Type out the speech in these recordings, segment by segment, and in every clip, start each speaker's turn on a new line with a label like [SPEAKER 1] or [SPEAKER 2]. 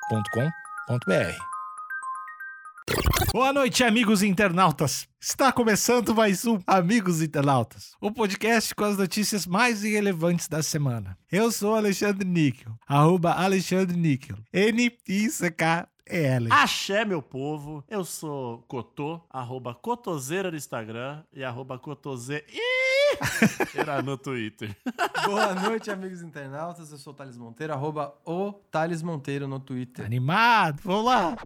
[SPEAKER 1] agenciadepodcast.com.br.
[SPEAKER 2] Boa noite, amigos internautas. Está começando mais um Amigos Internautas, o podcast com as notícias mais irrelevantes da semana. Eu sou Alexandre Níquel, arroba Alexandre Níquel, N-I-C-K-E-L.
[SPEAKER 3] Axé, meu povo. Eu sou Cotô, arroba Cotoseira no Instagram e arroba Cotoseira no Twitter.
[SPEAKER 4] Boa noite, amigos internautas. Eu sou o Thales Monteiro, arroba o Thales Monteiro no Twitter.
[SPEAKER 2] Animado, vamos lá.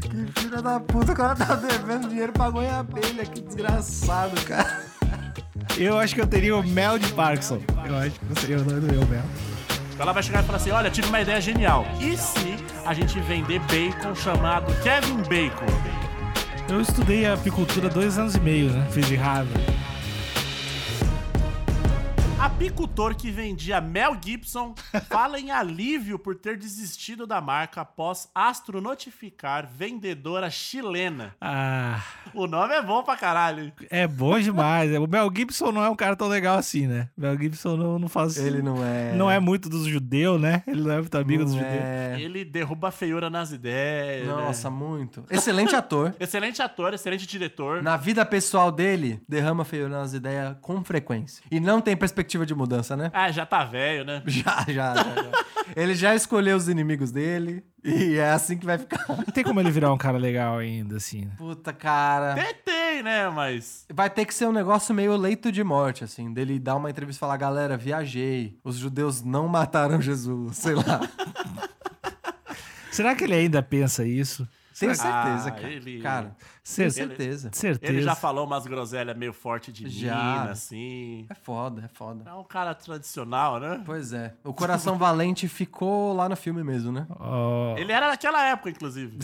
[SPEAKER 4] Que filha da puta, o cara tá devendo dinheiro pra goiabelha. Que desgraçado, cara.
[SPEAKER 2] Eu acho que eu teria o Mel de Parkinson. Eu acho que seria o nome do meu Mel.
[SPEAKER 3] Ela vai chegar e falar assim: olha, tive uma ideia genial. E se a gente vender bacon chamado Kevin Bacon?
[SPEAKER 2] Eu estudei apicultura dois anos e meio, né? Fiz de Harvard.
[SPEAKER 3] Apicultor que vendia Mel Gibson fala em alívio por ter desistido da marca após Astro notificar vendedora chilena.
[SPEAKER 2] Ah,
[SPEAKER 3] O nome é bom pra caralho.
[SPEAKER 2] é bom demais. O Mel Gibson não é um cara tão legal assim, né? Mel Gibson não, não faz...
[SPEAKER 4] Ele não é.
[SPEAKER 2] Não é muito dos judeus, né? Ele não é muito amigo dos
[SPEAKER 4] não
[SPEAKER 2] judeus.
[SPEAKER 4] é...
[SPEAKER 3] Ele derruba a feiura nas ideias. né?
[SPEAKER 4] Nossa, muito. Excelente ator.
[SPEAKER 3] Excelente ator, excelente diretor.
[SPEAKER 4] Na vida pessoal dele, derrama feiura nas ideias com frequência. E não tem perspectiva de mudança, né?
[SPEAKER 3] Ah, já tá velho, né?
[SPEAKER 4] Já, já, já. já. Ele já escolheu os inimigos dele e é assim que vai ficar.
[SPEAKER 2] Não tem como ele virar um cara legal ainda, assim. né?
[SPEAKER 4] Puta, cara.
[SPEAKER 3] Tentei, né? Mas.
[SPEAKER 4] Vai ter que ser um negócio meio leito de morte, assim, dele dar uma entrevista e falar, galera, viajei, os judeus não mataram Jesus, sei lá.
[SPEAKER 2] Será que ele ainda pensa isso?
[SPEAKER 4] Tenho
[SPEAKER 3] Ah,
[SPEAKER 4] certeza, cara.
[SPEAKER 3] ele-
[SPEAKER 4] Cara,
[SPEAKER 2] Cer-
[SPEAKER 4] tenho certeza.
[SPEAKER 2] certeza.
[SPEAKER 3] Ele já falou umas groselhas meio forte de
[SPEAKER 4] Já.
[SPEAKER 3] mina, assim.
[SPEAKER 4] É foda, é foda.
[SPEAKER 3] É um cara tradicional, né?
[SPEAKER 4] Pois é. O coração valente ficou lá no filme mesmo, né?
[SPEAKER 3] Ah.
[SPEAKER 2] Ó,
[SPEAKER 3] Ele era daquela época, inclusive.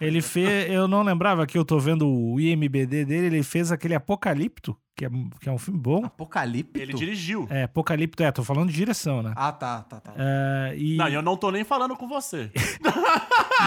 [SPEAKER 2] ele fez. Eu não lembrava que eu tô vendo o IMBD dele. Ele fez aquele Apocalipto, que é, que é um filme bom.
[SPEAKER 4] Apocalipto?
[SPEAKER 3] Ele dirigiu.
[SPEAKER 2] É, Apocalipto, é, tô falando de direção, né?
[SPEAKER 4] Ah, tá, tá, tá.
[SPEAKER 2] É, e,
[SPEAKER 3] Não, e eu não tô nem falando com você.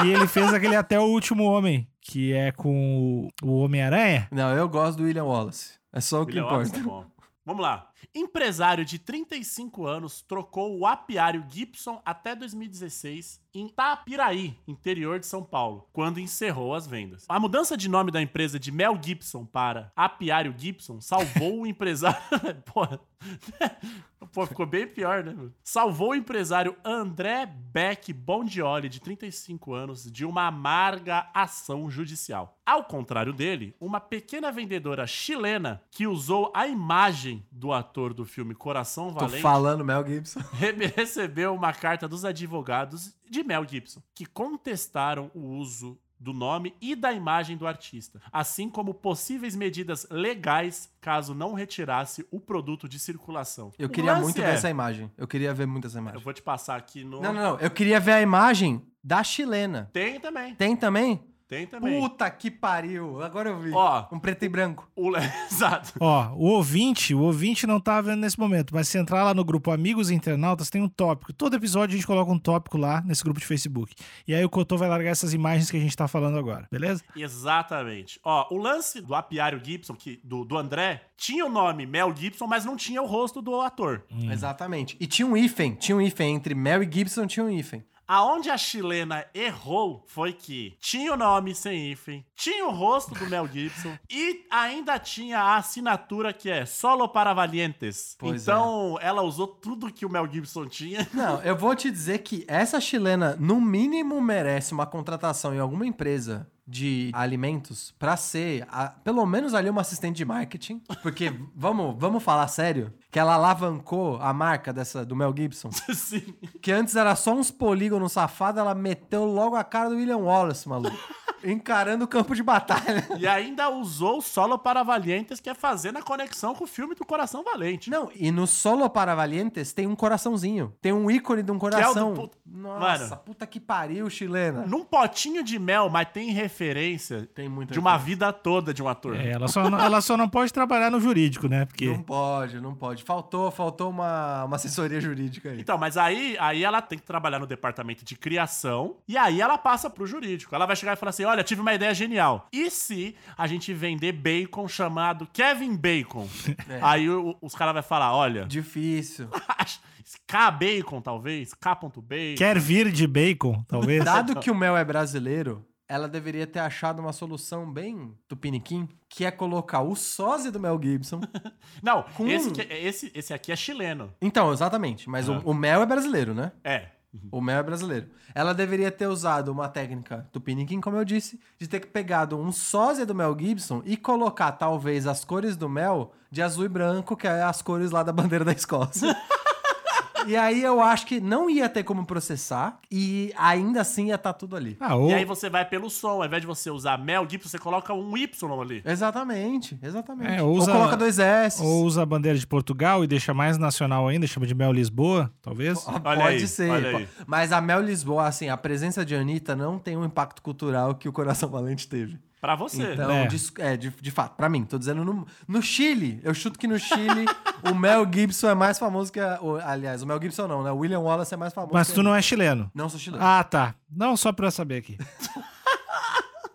[SPEAKER 4] É
[SPEAKER 2] e ele fez aquele Até o Último Homem, que é com o, o Homem-Aranha.
[SPEAKER 4] Não, eu gosto do William Wallace. É só o que
[SPEAKER 3] William Wallace,
[SPEAKER 4] importa.
[SPEAKER 3] um bom. Vamos lá. Empresário de 35 anos trocou o apiário Gibson até 2016 em Tapiraí, interior de São Paulo, quando encerrou as vendas. A mudança de nome da empresa de Mel Gibson para Apiário Gibson salvou o empresário. Porra. Pô, ficou bem pior, né? meu? Salvou o empresário André Beck Bondioli, de 35 anos, de uma amarga ação judicial. Ao contrário dele, uma pequena vendedora chilena que usou a imagem do ator do filme Coração
[SPEAKER 4] Tô
[SPEAKER 3] Valente
[SPEAKER 4] falando Mel Gibson.
[SPEAKER 3] Rebe- recebeu uma carta dos advogados de Mel Gibson, que contestaram o uso do nome e da imagem do artista, assim como possíveis medidas legais caso não retirasse o produto de circulação.
[SPEAKER 4] Eu
[SPEAKER 3] O
[SPEAKER 4] queria
[SPEAKER 3] lance
[SPEAKER 4] muito
[SPEAKER 3] é-
[SPEAKER 4] ver essa imagem. Eu queria ver muito essa
[SPEAKER 3] Eu
[SPEAKER 4] imagem.
[SPEAKER 3] vou te passar aqui no.
[SPEAKER 4] Não, não, não. Eu queria ver a imagem da chilena.
[SPEAKER 3] Tem também,
[SPEAKER 4] Tem também?
[SPEAKER 3] tem também.
[SPEAKER 4] Puta que pariu. Agora eu vi.
[SPEAKER 3] Ó.
[SPEAKER 4] Um preto e branco.
[SPEAKER 3] O... Exato.
[SPEAKER 2] Ó, o ouvinte, o ouvinte não tá vendo nesse momento, mas se entrar lá no grupo Amigos Internautas, tem um tópico. Todo episódio a gente coloca um tópico lá nesse grupo de Facebook. E aí o Cotô vai largar essas imagens que a gente tá falando agora, beleza?
[SPEAKER 3] Exatamente. Ó, o lance do apiário Gibson, que, do, do André, tinha o nome Mel Gibson, mas não tinha o rosto do ator.
[SPEAKER 4] Exatamente. E tinha um hífen, tinha um hífen entre Mary Gibson tinha um hífen.
[SPEAKER 3] Aonde a chilena errou foi que tinha o nome sem hífen, tinha o rosto do Mel Gibson e ainda tinha a assinatura que é solo para valientes.
[SPEAKER 4] Pois é.
[SPEAKER 3] então ela usou tudo que o Mel Gibson tinha.
[SPEAKER 4] Não, eu vou te dizer que essa chilena, no mínimo, merece uma contratação em alguma empresa de alimentos pra ser, a- pelo menos ali, uma assistente de marketing. Porque, vamos, vamos falar sério, que ela alavancou a marca dessa do Mel Gibson.
[SPEAKER 3] Assim,
[SPEAKER 4] Que antes era só uns polígonos safados, ela meteu logo a cara do William Wallace, maluco. Encarando o campo de batalha.
[SPEAKER 3] e ainda usou o solo para valientes, que é fazendo a conexão com o filme do Coração Valente.
[SPEAKER 4] Não, e no Solo para Valientes tem um coraçãozinho. Tem um ícone de um
[SPEAKER 3] é o do
[SPEAKER 4] coração.
[SPEAKER 3] puta-
[SPEAKER 4] Nossa,
[SPEAKER 3] Mano.
[SPEAKER 4] puta que pariu, chilena.
[SPEAKER 3] Num potinho de mel, mas tem referência
[SPEAKER 4] Tem muita
[SPEAKER 3] de uma
[SPEAKER 4] coisa.
[SPEAKER 3] vida toda de um ator.
[SPEAKER 2] É, ela, só não, ela só não pode trabalhar no jurídico, né? Porque.
[SPEAKER 4] Não pode, não pode. Faltou, faltou uma, uma assessoria jurídica aí.
[SPEAKER 3] Então, mas aí, aí ela tem que trabalhar no departamento de criação e aí ela passa pro jurídico. Ela vai chegar e falar assim: olha, tive uma ideia genial. E se a gente vender bacon chamado Kevin Bacon? Aí o- os caras vão falar: olha,
[SPEAKER 4] Difícil.
[SPEAKER 3] K Bacon, talvez. K.Bacon.
[SPEAKER 2] Quer vir de bacon, talvez?
[SPEAKER 4] Dado que o Mel é brasileiro, ela deveria ter achado uma solução bem tupiniquim, que é colocar o sósia do Mel Gibson.
[SPEAKER 3] Não,
[SPEAKER 4] Com- um.
[SPEAKER 3] esse, que- esse, esse aqui é chileno.
[SPEAKER 4] Então, exatamente. Mas
[SPEAKER 3] Ah.
[SPEAKER 4] o, o Mel é brasileiro, né?
[SPEAKER 3] É.
[SPEAKER 4] O Mel é brasileiro. Ela deveria ter usado uma técnica tupiniquim, como eu disse, de ter pegado um sósia do Mel Gibson e colocar, talvez, as cores do Mel de azul e branco, que é as cores lá da bandeira da Escócia. e aí eu acho que não ia ter como processar e ainda assim ia estar tudo ali.
[SPEAKER 2] Ah, ou...
[SPEAKER 3] E aí você vai pelo som. Ao invés de você usar Mel Gibson, você coloca um Y ali.
[SPEAKER 4] Exatamente, exatamente.
[SPEAKER 2] É,
[SPEAKER 4] ou,
[SPEAKER 2] usa-
[SPEAKER 4] coloca dois S.
[SPEAKER 2] ou usa a bandeira de Portugal e deixa mais nacional ainda, chama de Mel Lisboa, talvez.
[SPEAKER 4] Pode
[SPEAKER 3] aí,
[SPEAKER 4] ser.
[SPEAKER 3] olha
[SPEAKER 4] po-
[SPEAKER 3] aí.
[SPEAKER 4] Mas a Mel Lisboa, assim, a presença de Anitta não tem o impacto cultural que o Coração Valente teve.
[SPEAKER 3] Pra você.
[SPEAKER 4] Então,
[SPEAKER 2] É.
[SPEAKER 4] dis- é, de, de fato, pra mim, tô dizendo no, no Chile. Eu chuto que no Chile o Mel Gibson é mais famoso que a, o- Aliás, o Mel Gibson não, né? O William Wallace é mais famoso.
[SPEAKER 2] Mas
[SPEAKER 4] que
[SPEAKER 2] tu
[SPEAKER 4] a-
[SPEAKER 2] não é chileno.
[SPEAKER 4] Não sou chileno.
[SPEAKER 2] Ah, tá. Não, só pra eu saber aqui.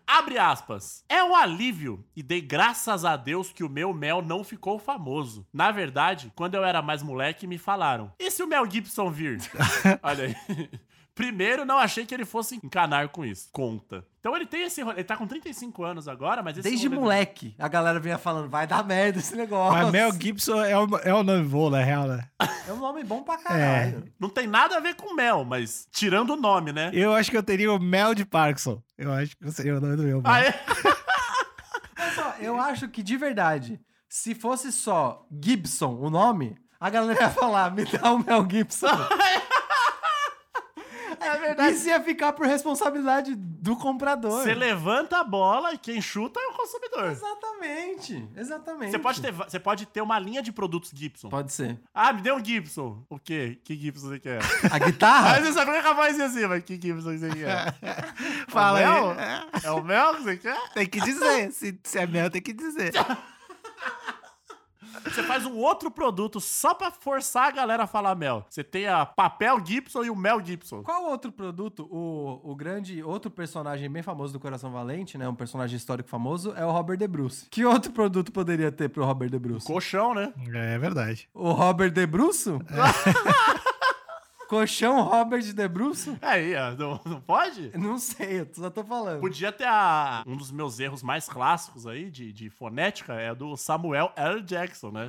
[SPEAKER 3] Abre aspas. É um alívio e dei graças a Deus que o meu Mel não ficou famoso. Na verdade, quando eu era mais moleque, me falaram: e se o Mel Gibson vir? Olha aí. Primeiro, não achei que ele fosse encanar com isso. Conta. Então ele tem esse rolê. Ele tá com 35 anos agora, mas esse é
[SPEAKER 4] Desde
[SPEAKER 3] rolê do-
[SPEAKER 4] moleque, a galera vinha falando, vai dar merda esse negócio.
[SPEAKER 2] Mas Mel Gibson é o, é o nome bom, na real, né?
[SPEAKER 4] É um nome bom pra caralho.
[SPEAKER 2] É.
[SPEAKER 3] Não tem nada a ver com Mel, mas tirando o nome, né?
[SPEAKER 2] Eu acho que eu teria o Mel de Parkinson. Eu acho que seria o nome do meu.
[SPEAKER 3] Ah,
[SPEAKER 2] Mel.
[SPEAKER 3] é?
[SPEAKER 4] Mas, ó, eu acho que, de verdade, se fosse só Gibson o nome, a galera ia falar, me dá o Mel Gibson. É verdade. Isso ia ficar por responsabilidade do comprador.
[SPEAKER 3] Você levanta a bola e quem chuta é o consumidor.
[SPEAKER 4] Exatamente, exatamente.
[SPEAKER 3] Você pode, ter, va- você pode ter uma linha de produtos Gibson.
[SPEAKER 4] Pode ser.
[SPEAKER 3] Ah, me deu um Gibson. O quê? Que Gibson você quer?
[SPEAKER 4] A
[SPEAKER 3] Aí
[SPEAKER 4] guitarra?
[SPEAKER 3] você sabe que a voz é assim, mas que Gibson você quer?
[SPEAKER 2] Fala
[SPEAKER 3] é
[SPEAKER 2] aí.
[SPEAKER 3] o Mel? É o Mel que você quer?
[SPEAKER 2] Tem que dizer. Se, se é Mel, tem que dizer.
[SPEAKER 3] Você faz um outro produto só pra forçar a galera a falar Mel. Você tem a papel Gibson e o Mel Gibson.
[SPEAKER 4] Qual outro produto? O, o grande outro personagem bem famoso do Coração Valente, né? Um personagem histórico famoso, é o Robert De Bruce. Que outro produto poderia ter pro Robert De Bruce?
[SPEAKER 3] Colchão, né?
[SPEAKER 2] É verdade.
[SPEAKER 4] O Robert De Bruce?
[SPEAKER 3] É.
[SPEAKER 4] Colchão Robert De Bruce?
[SPEAKER 3] Aí, ó, É, não, não pode?
[SPEAKER 4] Não sei, eu só tô falando.
[SPEAKER 3] Podia ter a- um dos meus erros mais clássicos aí de, de fonética é do Samuel L. Jackson, né?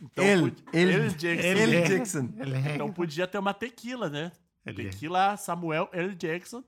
[SPEAKER 3] Então,
[SPEAKER 4] Ele,
[SPEAKER 3] pod-
[SPEAKER 4] ele,
[SPEAKER 3] L. Jackson. né?
[SPEAKER 4] Ele
[SPEAKER 2] é.
[SPEAKER 4] Jackson.
[SPEAKER 2] Ele é.
[SPEAKER 3] Então podia ter uma tequila, né?
[SPEAKER 2] Ele é.
[SPEAKER 3] Tequila Samuel L. Jackson.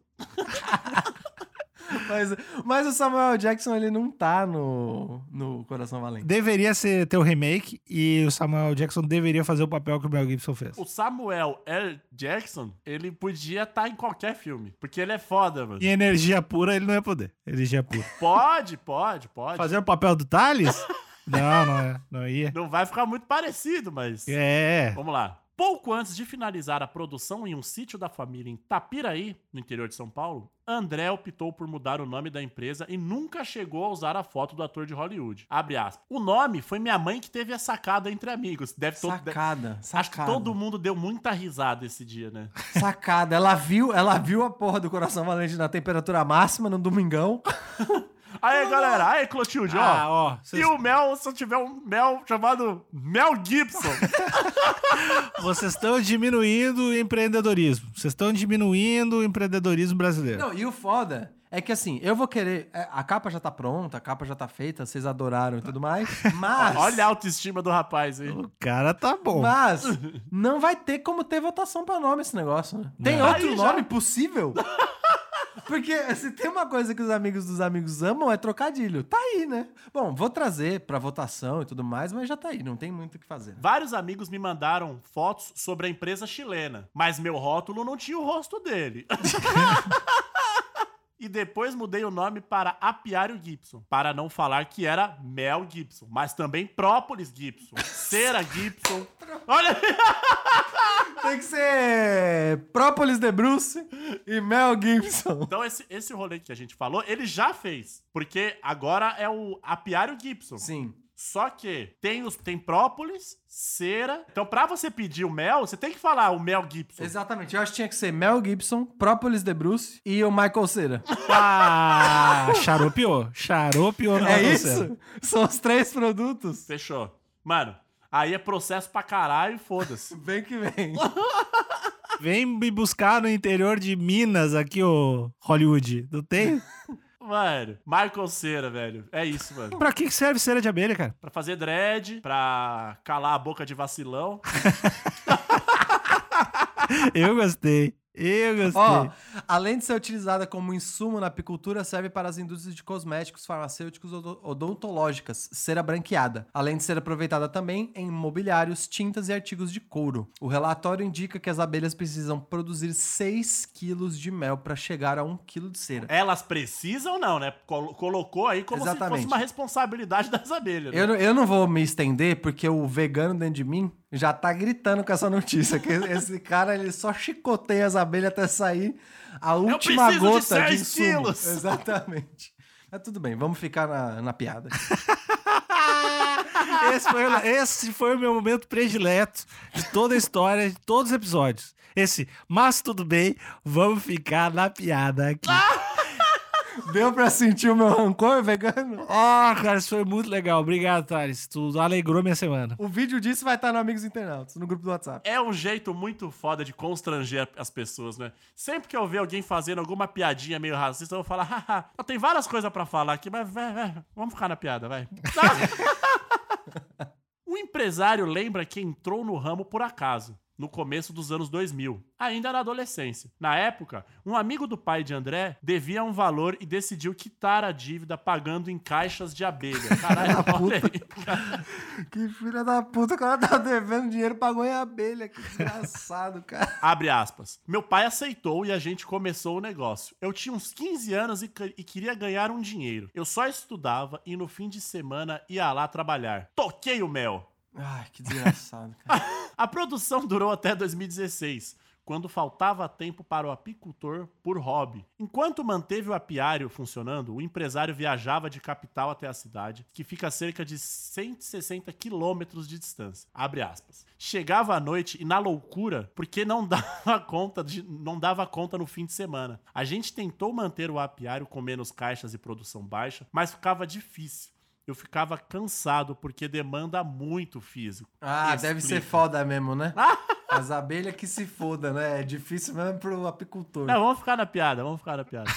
[SPEAKER 4] Mas, mas o Samuel Jackson, ele não tá no, no Coração Valente.
[SPEAKER 2] Deveria ser ter o remake e o Samuel Jackson deveria fazer o papel que o Mel Gibson fez.
[SPEAKER 3] O Samuel L. Jackson, ele podia estar em qualquer filme. Porque ele é foda, mano.
[SPEAKER 2] E energia pura ele não ia poder. Energia pura.
[SPEAKER 3] Pode, pode, pode.
[SPEAKER 2] Fazer o papel do Thales? Não, não, é. não ia.
[SPEAKER 3] Não vai ficar muito parecido, mas.
[SPEAKER 2] É.
[SPEAKER 3] Vamos lá. Pouco antes de finalizar a produção em um sítio da família em Tapiraí, no interior de São Paulo, André optou por mudar o nome da empresa e nunca chegou a usar a foto do ator de Hollywood. Abre aspas. O nome foi minha mãe que teve a sacada entre amigos. Deve todo, de-
[SPEAKER 4] Sacada,
[SPEAKER 3] Acho que
[SPEAKER 4] sacada.
[SPEAKER 3] todo mundo deu muita risada esse dia, né?
[SPEAKER 4] Sacada. Ela viu, ela viu a porra do Coração Valente na temperatura máxima no domingão.
[SPEAKER 3] Aí, galera, aí, Clotilde, ó.
[SPEAKER 2] Ah, ó.
[SPEAKER 3] E o Mel, se eu tiver um Mel chamado Mel Gibson.
[SPEAKER 2] Vocês estão diminuindo o empreendedorismo. Vocês estão diminuindo o empreendedorismo brasileiro.
[SPEAKER 4] Não, e o foda é que assim, eu vou querer. é, A capa já tá pronta, a capa já tá feita, vocês adoraram e tudo mais. Mas.
[SPEAKER 3] Olha a autoestima do rapaz aí.
[SPEAKER 2] O cara tá bom.
[SPEAKER 4] Mas não vai ter como ter votação pra nome esse negócio. né? Tem
[SPEAKER 2] Não.
[SPEAKER 4] outro
[SPEAKER 3] Aí já-
[SPEAKER 4] nome possível? Porque se tem uma coisa que os amigos dos amigos amam é trocadilho. Tá aí, né? Bom, vou trazer pra votação e tudo mais, mas já tá aí, não tem muito o que fazer. né?
[SPEAKER 3] Vários amigos me mandaram fotos sobre a empresa chilena, mas meu rótulo não tinha o rosto dele. e depois mudei o nome para Apiário Gibson, para não falar que era Mel Gibson, mas também Própolis Gibson, Cera Gibson. Olha aí,
[SPEAKER 4] Tem que ser Própolis de Bruce e Mel Gibson.
[SPEAKER 3] Então esse, esse rolê que a gente falou, ele já fez, porque agora é o Apiário Gibson.
[SPEAKER 4] Sim.
[SPEAKER 3] Só que tem os tem própolis, cera. Então pra você pedir o Mel, você tem que falar o Mel Gibson.
[SPEAKER 4] Exatamente. Eu acho que tinha que ser Mel Gibson, Própolis de Bruce e o Michael Cera.
[SPEAKER 2] Ah, xaropiou. Xaropiou no
[SPEAKER 4] É
[SPEAKER 2] Mato
[SPEAKER 4] isso? São os três produtos.
[SPEAKER 3] Fechou. Mano, Aí é processo pra caralho, foda-se.
[SPEAKER 4] Vem que vem.
[SPEAKER 2] Vem me buscar no interior de Minas aqui, ô Hollywood. Não tem?
[SPEAKER 3] Mano, Michael Cera, velho. É isso, mano.
[SPEAKER 2] Pra que que serve cera de abelha, cara?
[SPEAKER 3] Pra fazer dread, pra calar a boca de vacilão.
[SPEAKER 2] Eu gostei. Eu gostei.
[SPEAKER 4] Ó, além de ser utilizada como insumo na apicultura, serve para as indústrias de cosméticos, farmacêuticos e odontológicas, cera branqueada, além de ser aproveitada também em mobiliários, tintas e artigos de couro. O relatório indica que as abelhas precisam produzir 6 quilos de mel para chegar a 1 quilo de cera.
[SPEAKER 3] Elas precisam, não, né? Col- colocou aí como se fosse
[SPEAKER 4] Exatamente.
[SPEAKER 3] uma responsabilidade das abelhas. né?
[SPEAKER 4] Eu, não- eu não vou me estender porque o vegano dentro de mim já tá gritando com essa notícia que esse cara ele só chicoteia as abelhas até sair a última
[SPEAKER 3] preciso de
[SPEAKER 4] gota de,
[SPEAKER 3] seis
[SPEAKER 4] insumo.
[SPEAKER 3] quilos.
[SPEAKER 4] Exatamente. Mas tudo bem, vamos ficar na, na piada.
[SPEAKER 2] Esse foi, o- esse foi o meu momento predileto de toda a história, de todos os episódios. Esse, mas tudo bem, vamos ficar na piada aqui.
[SPEAKER 4] Deu pra sentir o meu rancor vegano?
[SPEAKER 2] Ah, cara, isso foi muito legal. Obrigado, Thales. Tu alegrou minha semana.
[SPEAKER 4] O vídeo disso vai estar no Amigos Internautas, no grupo do WhatsApp.
[SPEAKER 3] É um jeito muito foda de constranger as pessoas, né? Sempre que eu ver alguém fazendo alguma piadinha meio racista, eu vou falar, haha, eu tenho várias coisas pra falar aqui, mas vai, vai, vamos ficar na piada, vai. o empresário lembra que entrou no ramo por acaso, no começo dos anos 2000, ainda na adolescência. Na época, um amigo do pai de André devia um valor e decidiu quitar a dívida pagando em caixas de abelha. Caralho, olha aí.
[SPEAKER 4] Que filha da puta, o cara tá devendo dinheiro, pagou em abelha. Que desgraçado, cara.
[SPEAKER 3] Abre aspas. Meu pai aceitou e a gente começou o negócio. Eu tinha uns 15 anos e, que- e queria ganhar um dinheiro. Eu só estudava e no fim de semana ia lá trabalhar. Toquei o mel.
[SPEAKER 4] Ai, que desgraçado, cara.
[SPEAKER 3] A produção durou até 2016, quando faltava tempo para o apicultor por hobby. Enquanto manteve o apiário funcionando, o empresário viajava de capital até a cidade, que fica a cerca de 160 quilômetros de distância. Abre aspas. Chegava à noite e na loucura, porque não dava conta de, não dava conta no fim de semana. A gente tentou manter o apiário com menos caixas e produção baixa, mas ficava difícil. Eu ficava cansado porque demanda muito físico.
[SPEAKER 4] Ah, deve ser
[SPEAKER 3] Explica.
[SPEAKER 4] foda mesmo, né? As abelhas que se foda, né? É difícil mesmo pro apicultor.
[SPEAKER 3] Não, vamos ficar na piada, vamos ficar na piada.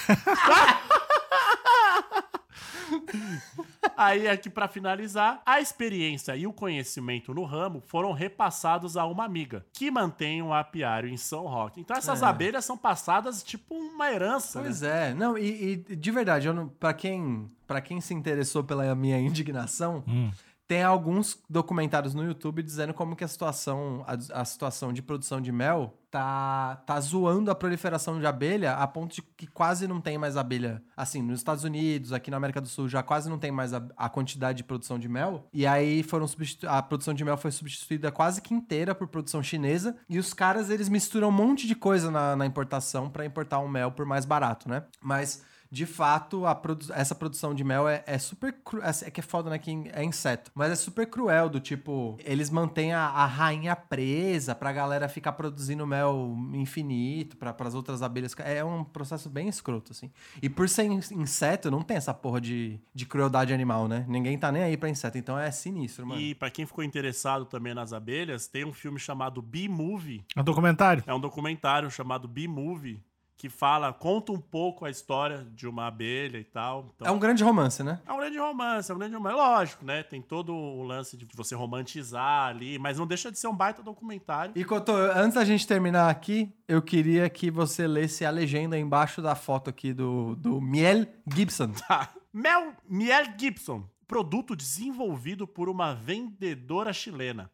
[SPEAKER 3] Aí, aqui pra finalizar, a experiência e o conhecimento no ramo foram repassados a uma amiga que mantém um apiário em São Roque. Então, essas
[SPEAKER 4] É.
[SPEAKER 3] abelhas são passadas tipo uma herança. né?
[SPEAKER 4] Pois é, não, e, e de verdade, eu não, pra, quem, pra quem se interessou pela minha indignação,
[SPEAKER 2] Hum.
[SPEAKER 4] tem alguns documentários no YouTube dizendo como que a situação, a, a situação de produção de mel tá, tá zoando a proliferação de abelha a ponto de que quase não tem mais abelha. Assim, nos Estados Unidos, aqui na América do Sul, já quase não tem mais a, a quantidade de produção de mel. E aí foram substitu- a produção de mel foi substituída quase que inteira por produção chinesa. E os caras, eles misturam um monte de coisa na, na importação pra importar um mel por mais barato, né? Mas de fato, a produ- essa produção de mel é, é super cru... é- É que é foda, né? Que é inseto. Mas é super cruel, do tipo, eles mantêm a, a rainha presa pra galera ficar produzindo mel infinito, pra, pras outras abelhas. É um processo bem escroto, assim. E por ser in- inseto, não tem essa porra de, de crueldade animal, né? Ninguém tá nem aí pra inseto, então é sinistro, mano.
[SPEAKER 3] E pra quem ficou interessado também nas abelhas, tem um filme chamado B-Movie,
[SPEAKER 2] É um documentário?
[SPEAKER 3] É um documentário chamado B-Movie, que fala, conta um pouco a história de uma abelha e tal. Então,
[SPEAKER 4] É um grande romance, né?
[SPEAKER 3] é um grande romance, é um grande romance. Lógico, né? Tem todo o lance de você romantizar ali, mas não deixa de ser um baita documentário.
[SPEAKER 4] E Cotô, antes da gente terminar aqui, eu queria que você lesse a legenda embaixo da foto aqui do, do Miel Gibson.
[SPEAKER 3] Tá. Mel, Miel Gibson, produto desenvolvido por uma vendedora chilena.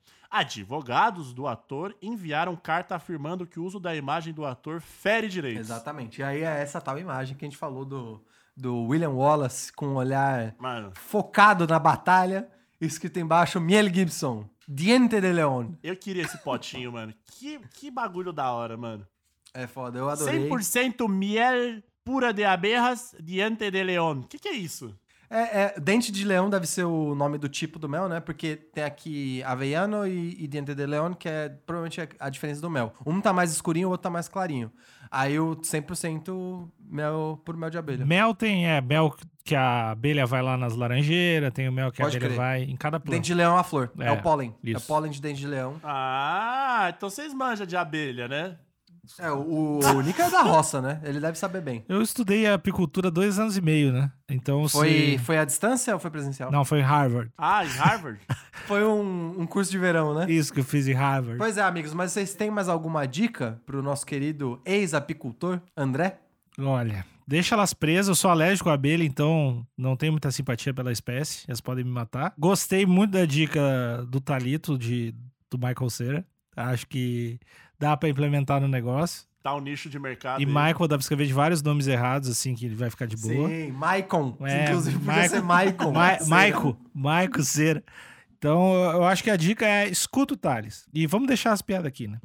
[SPEAKER 3] Advogados do ator enviaram carta afirmando que o uso da imagem do ator fere direitos.
[SPEAKER 4] Exatamente. E aí é essa tal imagem que a gente falou do, do William Wallace com um olhar
[SPEAKER 3] Mano,
[SPEAKER 4] focado na batalha, escrito embaixo Miel Gibson, Diente de León.
[SPEAKER 3] eu queria esse potinho, mano. Que, que bagulho da hora, mano.
[SPEAKER 4] É foda, eu adorei.
[SPEAKER 3] 100% miel pura de aberras diante de león. Que que é isso?
[SPEAKER 4] É, é, dente de leão deve ser o nome do tipo do mel, né? Porque tem aqui aveiano e, e dente de leão, que é provavelmente a- a diferença do mel. Um tá mais escurinho, o outro tá mais clarinho. Aí o 100% mel por mel de abelha.
[SPEAKER 2] Mel tem, é, mel que a abelha vai lá nas laranjeiras, tem o mel que
[SPEAKER 4] Pode
[SPEAKER 2] a abelha
[SPEAKER 4] crer.
[SPEAKER 2] vai em cada planta.
[SPEAKER 4] Dente de leão é a flor, é,
[SPEAKER 2] É,
[SPEAKER 4] o pólen. É o
[SPEAKER 2] isso.
[SPEAKER 4] pólen de dente de leão.
[SPEAKER 3] Ah, então vocês manjam de abelha, né?
[SPEAKER 4] É, o, o Nick é da roça, né? Ele deve saber bem.
[SPEAKER 2] Eu estudei apicultura dois anos e meio, né? Então,
[SPEAKER 4] Foi,
[SPEAKER 2] se...
[SPEAKER 4] foi à distância ou foi presencial?
[SPEAKER 2] Não, foi em Harvard.
[SPEAKER 3] Ah, em Harvard?
[SPEAKER 4] Foi um, um curso de verão, né?
[SPEAKER 2] Isso que eu fiz em Harvard.
[SPEAKER 4] Pois é, amigos, mas vocês têm mais alguma dica pro nosso querido ex-apicultor, André?
[SPEAKER 2] Olha, deixa elas presas. Eu sou alérgico à abelha, então não tenho muita simpatia pela espécie. Elas podem me matar. Gostei muito da dica do Talito, de, do Michael Cera. Acho que dá pra implementar no negócio.
[SPEAKER 3] tá o nicho de mercado. aí.
[SPEAKER 2] E Michael dá pra escrever de vários nomes errados, assim, que ele vai ficar de boa.
[SPEAKER 4] Sim, Maicon.
[SPEAKER 2] É,
[SPEAKER 4] Inclusive, podia
[SPEAKER 2] Maicon.
[SPEAKER 4] ser Maicon.
[SPEAKER 2] Ma
[SPEAKER 4] Sim.
[SPEAKER 2] Maico, Maico Cera. Então, eu acho que a dica é escuta o Thales. E vamos deixar as piadas aqui, né?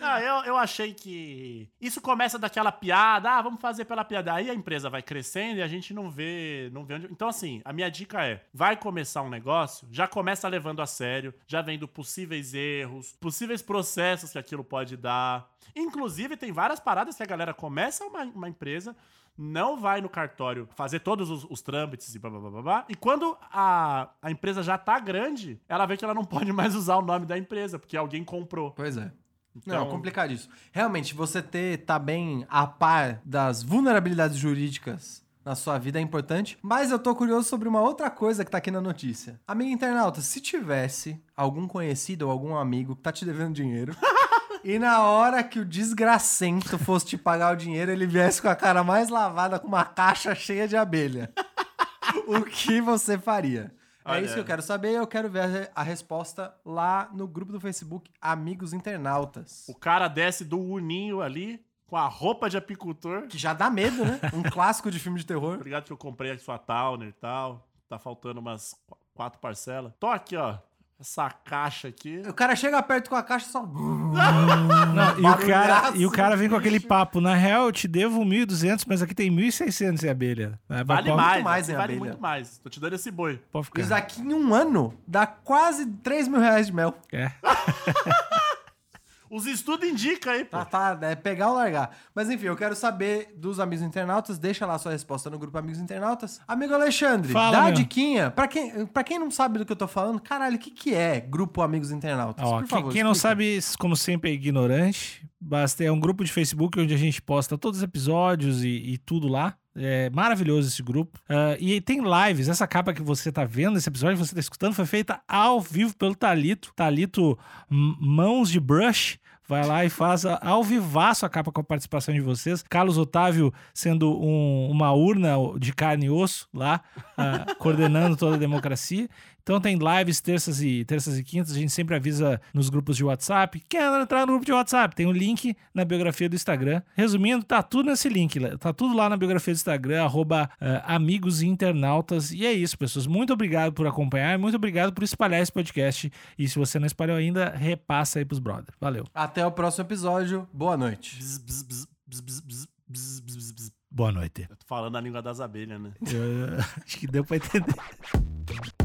[SPEAKER 3] Ah, eu, eu achei que. Isso começa daquela piada, ah, vamos fazer pela piada. Aí a empresa vai crescendo e a gente não vê, não vê onde. Então, assim, a minha dica é: vai começar um negócio, já começa levando a sério, já vendo possíveis erros, possíveis processos que aquilo pode dar. Inclusive, tem várias paradas que a galera começa uma, uma empresa. Não vai no cartório fazer todos os, os trâmites e blá, blá, blá, blá, blá. E quando a, a empresa já tá grande, ela vê que ela não pode mais usar o nome da empresa, porque alguém comprou.
[SPEAKER 4] Pois é. Não,
[SPEAKER 3] Então-
[SPEAKER 4] é complicado isso. Realmente, você ter, tá bem a par das vulnerabilidades jurídicas na sua vida é importante. Mas eu tô curioso sobre uma outra coisa que tá aqui na notícia. Amigo internauta, se tivesse algum conhecido ou algum amigo que tá te devendo dinheiro... E na hora que o desgracento fosse te pagar o dinheiro, ele viesse com a cara mais lavada, com uma caixa cheia de abelha. o que você faria?
[SPEAKER 3] Olha.
[SPEAKER 4] É isso que eu quero saber. Eu quero ver a resposta lá no grupo do Facebook Amigos Internautas.
[SPEAKER 3] O cara desce do uninho ali, com a roupa de apicultor.
[SPEAKER 4] Que já dá medo, né? Um clássico de filme de terror.
[SPEAKER 3] Obrigado que eu comprei a sua Towner e tal. Tá faltando umas qu- quatro parcelas. Tô aqui, ó. Essa caixa aqui.
[SPEAKER 4] O cara chega perto com a caixa e só.
[SPEAKER 2] Não, e, o cara,
[SPEAKER 4] Barulhaço
[SPEAKER 2] e o cara vem com
[SPEAKER 4] do bicho.
[SPEAKER 2] aquele papo. Na real, eu te devo 1.200, mas aqui tem 1.600 em abelha. Vai
[SPEAKER 3] Vale
[SPEAKER 2] pra-
[SPEAKER 3] mais,
[SPEAKER 4] mais,
[SPEAKER 3] aqui
[SPEAKER 4] hein,
[SPEAKER 3] vale
[SPEAKER 4] abelha?
[SPEAKER 3] muito mais. Tô te dando esse boi.
[SPEAKER 2] Pode
[SPEAKER 4] Isso
[SPEAKER 2] ficar.
[SPEAKER 4] aqui em um ano dá quase 3 mil reais de mel.
[SPEAKER 2] É.
[SPEAKER 3] Os estudos indicam aí, pô.
[SPEAKER 4] Tá, tá, é pegar ou largar. Mas enfim, eu quero saber dos amigos internautas. Deixa lá sua resposta no grupo Amigos Internautas. Amigo Alexandre,
[SPEAKER 2] Fala,
[SPEAKER 4] dá a
[SPEAKER 2] meu.
[SPEAKER 4] diquinha. Pra quem, pra quem não sabe do que eu tô falando, caralho, o que, que é grupo Amigos Internautas?
[SPEAKER 2] Ó,
[SPEAKER 4] Por
[SPEAKER 2] quem,
[SPEAKER 4] favor,
[SPEAKER 2] quem não
[SPEAKER 4] explica.
[SPEAKER 2] sabe, como sempre, é ignorante. Basta, é um grupo de Facebook onde a gente posta todos os episódios e, e tudo lá. É maravilhoso esse grupo. Ah, e tem lives. Essa capa que você tá vendo, esse episódio que você tá escutando, foi feita ao vivo pelo Talito. Talito M- Mãos de Brush. Vai lá e faz a- ao vivaço a capa com a participação de vocês. Carlos Otávio sendo um- uma urna de carne e osso lá, ah, coordenando toda a democracia. Então tem lives terças e terças e quintas, a gente sempre avisa nos grupos de WhatsApp. Quer entrar no grupo de WhatsApp? Tem o link na biografia do Instagram. Resumindo, tá tudo nesse link, lá- tá tudo lá na biografia do Instagram, arroba eh, amigos e internautas. E é isso, pessoas. Muito obrigado por acompanhar, muito obrigado por espalhar esse podcast. E se você não espalhou ainda, repassa aí pros brothers. Valeu.
[SPEAKER 4] Até o próximo episódio. Boa noite.
[SPEAKER 3] Bzz, bzz, bzz, bzz, bzz, bzz, bzz, bzz.
[SPEAKER 2] Boa noite.
[SPEAKER 3] Eu tô falando a língua das abelhas, né?
[SPEAKER 2] Eu- acho que deu pra entender.